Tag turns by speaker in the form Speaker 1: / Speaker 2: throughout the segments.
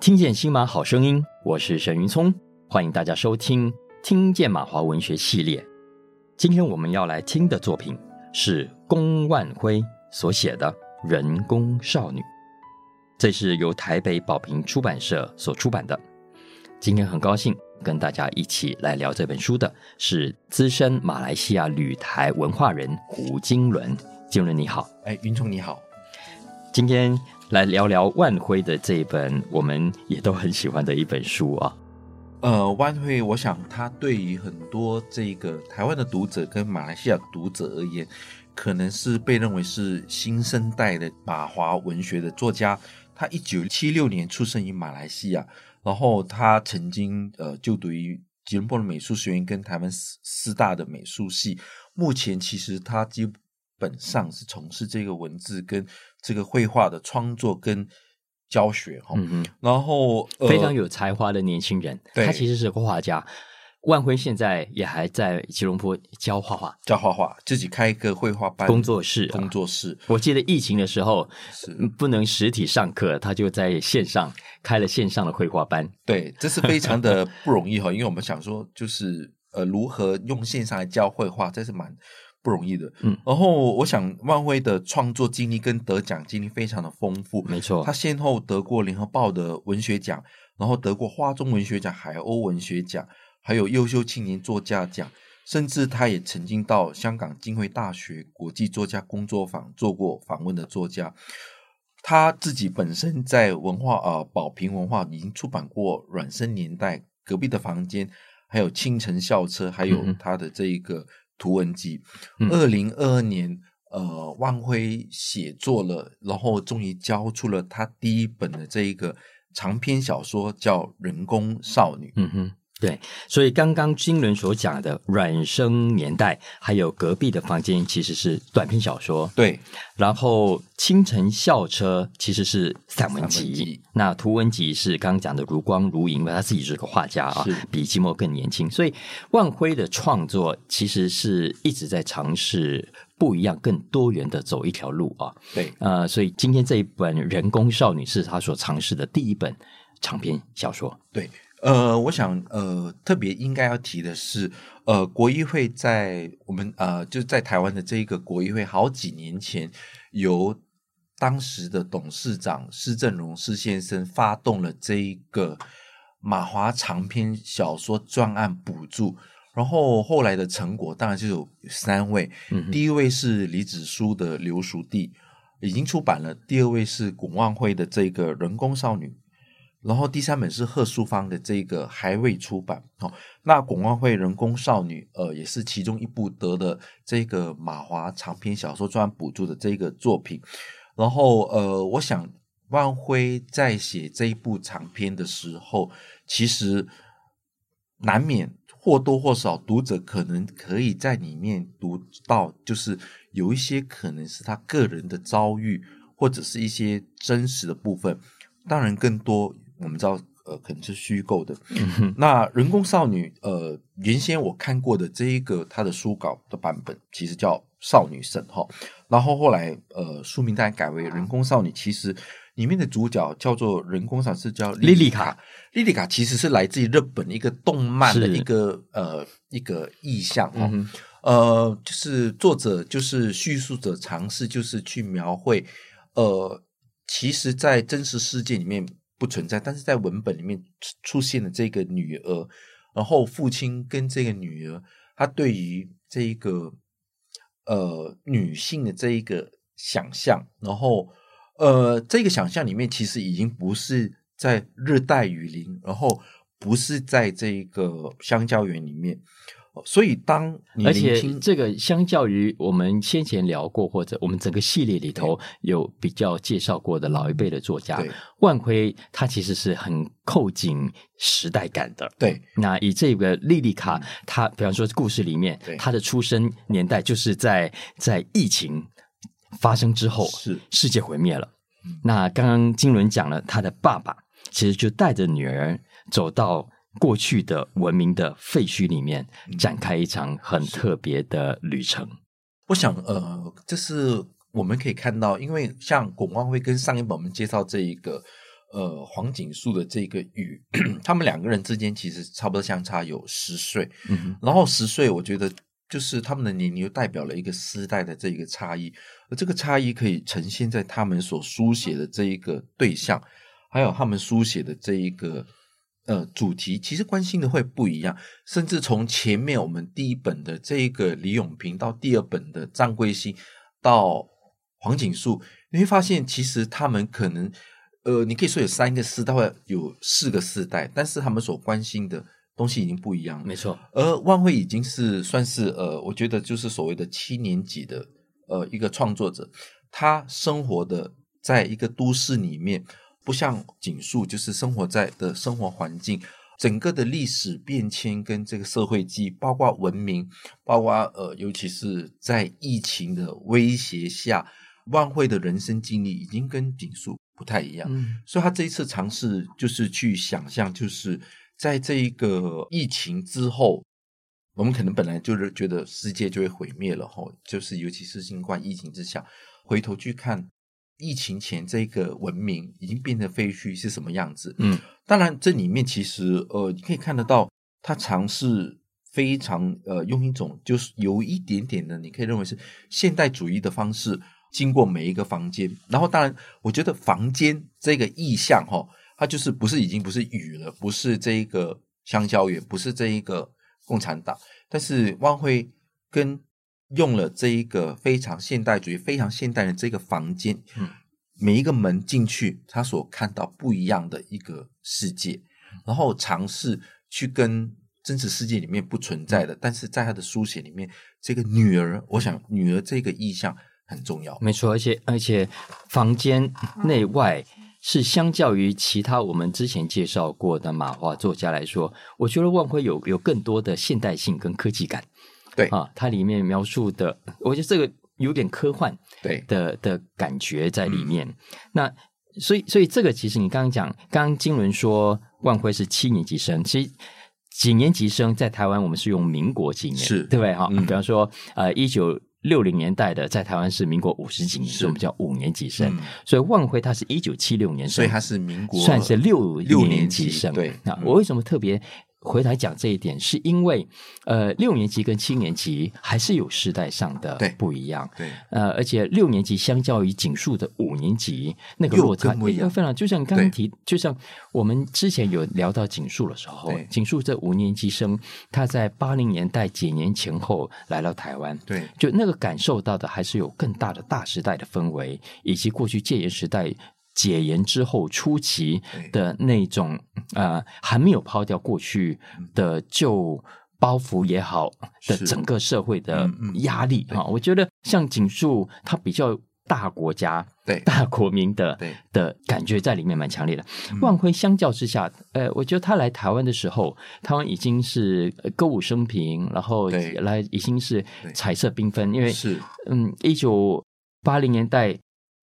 Speaker 1: 听见新马好声音，我是沈云聪，欢迎大家收听《听见马华文学》系列。今天我们要来听的作品是龚万辉所写的《人工少女》，这是由台北宝瓶出版社所出版的。今天很高兴跟大家一起来聊这本书的是资深马来西亚旅台文化人胡金伦。金伦你好，
Speaker 2: 哎，云聪你好，
Speaker 1: 今天来聊聊万辉的这一本我们也都很喜欢的一本书啊。
Speaker 2: 呃，万惠，我想他对于很多这个台湾的读者跟马来西亚读者而言，可能是被认为是新生代的马华文学的作家。他一九七六年出生于马来西亚，然后他曾经呃就读于吉隆坡的美术学院跟台湾师师大的美术系。目前其实他基本上是从事这个文字跟这个绘画的创作跟教学哈。
Speaker 1: 嗯
Speaker 2: 然后、呃、
Speaker 1: 哼，非常有才华的年轻人，
Speaker 2: 对
Speaker 1: 他其实是个画家。万辉现在也还在吉隆坡教画画
Speaker 2: 教画画，自己开一个绘画班
Speaker 1: 工作室、啊
Speaker 2: 嗯工。作室
Speaker 1: 我记得疫情的时候，
Speaker 2: 是
Speaker 1: 嗯不能实体上课，他就在线上开了线上的绘画班。
Speaker 2: 对，这是非常的不 容易哈，因为我们想说就是呃如何用线上来教绘画，这是蛮不容易的。
Speaker 1: 嗯，
Speaker 2: 然后我想万辉的创作经历跟得奖经历非常的丰富，
Speaker 1: 没错
Speaker 2: 他，先后得过联合报的文学奖，然后得过花中文学奖、海鸥文学奖，还有优秀青年作家奖，甚至他也曾经到香港浸会大学国际作家工作坊做过访问的作家。他自己本身在文化呃宝瓶文化已经出版过《软生年代》《隔壁的房间》，还有《清晨校车》，还
Speaker 1: 嗯
Speaker 2: 有
Speaker 1: 哼
Speaker 2: 他的这一个图文集。
Speaker 1: 嗯
Speaker 2: 二零二二年，呃，万辉写作了，然后终于交出了他第一本的这一个长篇小说，叫《人工少女》。
Speaker 1: 嗯哼，对。所以刚刚金伦所讲的《软生年代》，还有《隔壁的房间》，其实是短篇小说。
Speaker 2: 对，
Speaker 1: 然后《清晨校车》其实是散文
Speaker 2: 散
Speaker 1: 集，
Speaker 2: 文集
Speaker 1: 那图文集是刚刚讲的如光如影，他自己是个画家啊
Speaker 2: 是，
Speaker 1: 比寂寞更年轻。所以万辉的创作其实是一直在尝试不一样、更多元的走一条路啊。
Speaker 2: 对，
Speaker 1: 呃，所以今天这一本《人工少女》是他所尝试的第一本长篇小说。
Speaker 2: 对，呃，我想，呃，特别应该要提的是，呃，国议会在我们呃，就是在台湾的这一个国议会，好几年前由当时的董事长施正荣施先生发动了这一个马华长篇小说专案补助。然后后来的成果当然就有三位，
Speaker 1: 嗯哼
Speaker 2: 第一位是李子书的《刘熟弟》，已经出版了；第二位是龚万辉的这个《人工少女》，然后第三本是贺淑芳的这个还未出版哦。那广万会人工少女，呃，也是其中一部得的这个马华长篇小说专补助的这个作品。然后呃，我想万辉在写这一部长篇的时候，其实难免或多或少读者可能可以在里面读到，就是有一些可能是他个人的遭遇，或者是一些真实的部分。当然，更多我们知道，呃，可能是虚构的。
Speaker 1: 嗯
Speaker 2: 那《人工少女》呃，原先我看过的这一个它的书稿的版本，其实叫《少女神》哈。然后后来呃，书名单改为
Speaker 1: 啊
Speaker 2: 《人工少女》，其实里面的主角叫做人工少女，是叫莉
Speaker 1: 莉莉
Speaker 2: 莉
Speaker 1: 卡
Speaker 2: 卡。莉莉卡其实是来自于日本一个动漫的
Speaker 1: 是
Speaker 2: 一个呃一个意象哦。
Speaker 1: 嗯哼
Speaker 2: 呃，就是作者就是叙述者尝试就是去描绘，呃，其实，在真实世界里面不存在，但是在文本里面出出现的这个女儿，然后父亲跟这个女儿，他对于这一个呃女性的这一个想象，然后呃这个想象里面其实已经不是在热带雨林，然后不是在这一个香蕉园里面。呃所以，当你
Speaker 1: 而
Speaker 2: 聆
Speaker 1: 且
Speaker 2: 听
Speaker 1: 这个相较于我们先前聊过，或者我们整个系列里头有比较介绍过的老一辈的作家
Speaker 2: 对
Speaker 1: 万辉，他其实是很扣紧时代感的。
Speaker 2: 对
Speaker 1: 那以这个莉莉卡，她比方说故事里面
Speaker 2: 嗯对，
Speaker 1: 她的出生年代就是在在疫情发生之后，
Speaker 2: 是
Speaker 1: 世界毁灭了
Speaker 2: 嗯。
Speaker 1: 那刚刚金伦讲了，他的爸爸其实就带着女儿走到过去的文明的废墟里面，
Speaker 2: 嗯
Speaker 1: 展开一场很特别的旅程。
Speaker 2: 我想，呃，这是我们可以看到，因为像巩望会跟上一本我们介绍这一个呃黄锦树的这个雨， 他们两个人之间其实差不多相差有十岁，
Speaker 1: 嗯哼
Speaker 2: 然后十岁我觉得就是他们的年龄又代表了一个时代的这一个差异，而这个差异可以呈现在他们所书写的这一个对象，还有他们书写的这一个呃主题，其实关心的会不一样，甚至从前面我们第一本的这一个李永平到第二本的张桂兴到黄锦树，你会发现其实他们可能。呃，你可以说有三个世代，或者有四个世代，但是他们所关心的东西已经不一样了。
Speaker 1: 没错，
Speaker 2: 而万慧已经是算是呃，我觉得就是所谓的七年级的呃一个创作者，他生活的在一个都市里面，不像景树，就是生活在的生活环境，整个的历史变迁跟这个社会记忆，包括文明，包括呃，尤其是在疫情的威胁下，万慧的人生经历已经跟景树不太一样。
Speaker 1: 嗯
Speaker 2: 所以他这一次尝试就是去想象，就是在这一个疫情之后，我们可能本来就是觉得世界就会毁灭了吼，就是尤其是新冠疫情之下，回头去看疫情前这个文明已经变得废墟是什么样子。
Speaker 1: 嗯
Speaker 2: 当然，这里面其实呃，你可以看得到他尝试非常呃，用一种就是有一点点的，你可以认为是现代主义的方式，经过每一个房间。然后，当然，我觉得房间这个意象哈、它就是不是已经不是雨了，不是这一个香蕉园，不是这一个共产党，但是汪辉跟用了这一个非常现代主义、非常现代的这个房间，
Speaker 1: 嗯
Speaker 2: 每一个门进去，他所看到不一样的一个世界，
Speaker 1: 嗯
Speaker 2: 然后尝试去跟真实世界里面不存在
Speaker 1: 嗯
Speaker 2: 的，但是在他的书写里面，这个女儿，我想女儿这个意象很重要。
Speaker 1: 没错，而且而且房间内外是相较于其他我们之前介绍过的马华作家来说，我觉得万辉有有更多的现代性跟科技感。
Speaker 2: 对
Speaker 1: 啊，它里面描述的，我觉得这个有点科幻
Speaker 2: 对，
Speaker 1: 的的感觉在
Speaker 2: 嗯
Speaker 1: 里面。那所以所以这个其实你刚刚讲，刚刚金伦说万辉是七年级生，其实。几年级生在台湾，我们是用民国几年，
Speaker 2: 是
Speaker 1: 对不对？哈、
Speaker 2: 嗯
Speaker 1: 比方说，呃，一九六零年代的，在台湾是民国五十几年，
Speaker 2: 是
Speaker 1: 所以我们叫五年级生。
Speaker 2: 嗯，
Speaker 1: 所以万辉他是一九七六年生，
Speaker 2: 所以他是民国
Speaker 1: 算是六
Speaker 2: 六
Speaker 1: 年
Speaker 2: 级
Speaker 1: 生。
Speaker 2: 对，
Speaker 1: 那
Speaker 2: 嗯
Speaker 1: 我为什么特别回来讲这一点？是因为呃，六年级跟七年级还是有世代上的
Speaker 2: 对
Speaker 1: 不一样。
Speaker 2: 对
Speaker 1: 呃，而且六年级相较于警树的五年级，那个
Speaker 2: 又
Speaker 1: 落差
Speaker 2: 更不一样
Speaker 1: 呃非常。就像刚刚
Speaker 2: 对
Speaker 1: 提，就像我们之前有聊到警树的时候
Speaker 2: 对，
Speaker 1: 警树这五年级生，他在八零年代几年前后来到台湾，
Speaker 2: 对
Speaker 1: 就那个感受到的还是有更大的大时代的氛围，以及过去戒严时代解严之后初期的那种呃还没有抛掉过去的旧。包袱也好，的
Speaker 2: 嗯是
Speaker 1: 整个社会的
Speaker 2: 嗯嗯
Speaker 1: 压力
Speaker 2: 对
Speaker 1: 哈、我觉得像景树，他比较大国家、
Speaker 2: 对
Speaker 1: 大国民的
Speaker 2: 对
Speaker 1: 的感觉在里面蛮强烈的。
Speaker 2: 嗯
Speaker 1: 万辉相较之下，呃，我觉得他来台湾的时候，台湾已经是呃歌舞升平，然后
Speaker 2: 对
Speaker 1: 来已经是
Speaker 2: 对
Speaker 1: 彩色缤纷，因为
Speaker 2: 是
Speaker 1: 嗯，一九八零年代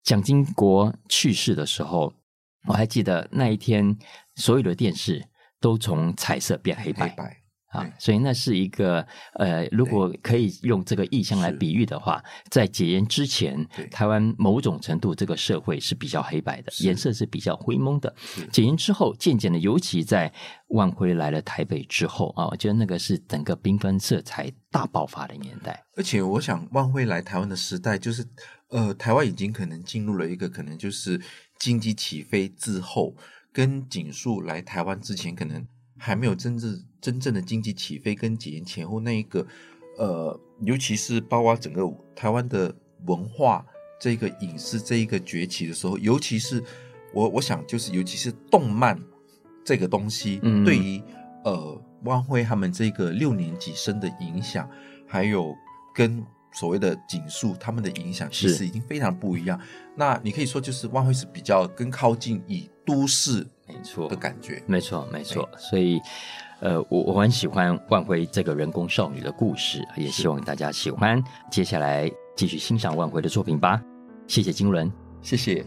Speaker 1: 蒋经国去世的时候，我还记得那一天所有的电视都从彩色变黑
Speaker 2: 黑
Speaker 1: 白。
Speaker 2: 白，
Speaker 1: 啊
Speaker 2: 对，
Speaker 1: 所以那是一个呃，如果可以用这个意象来
Speaker 2: 是
Speaker 1: 比喻的话，在解严之前
Speaker 2: 对，
Speaker 1: 台湾某种程度这个社会是比较黑白的，
Speaker 2: 是
Speaker 1: 颜色是比较灰蒙的
Speaker 2: 是。
Speaker 1: 解严之后，渐渐的，尤其在万辉来了台北之后啊，我觉得那个是整个缤纷色彩大爆发的年代。
Speaker 2: 而且我想，万惠来台湾的时代，就是呃，台湾已经可能进入了一个可能就是经济起飞之后，跟景树来台湾之前，可能还没有真正真正的经济起飞，跟几年前后那一个呃，尤其是包括整个台湾的文化这个影视这一个崛起的时候，尤其是我我想就是尤其是动漫这个东西，
Speaker 1: 嗯
Speaker 2: 对于呃汪辉他们这个六年级生的影响，还有跟所谓的景树他们的影响，其
Speaker 1: 是
Speaker 2: 实已经非常不一样。那你可以说，就是汪辉是比较更靠近以都市
Speaker 1: 没错
Speaker 2: 的感觉，
Speaker 1: 没错，没错。所以，呃，我我很喜欢万辉这个人工少女的故事，也希望大家喜欢。接下来继续欣赏万辉的作品吧。谢谢金伦。
Speaker 2: 谢谢。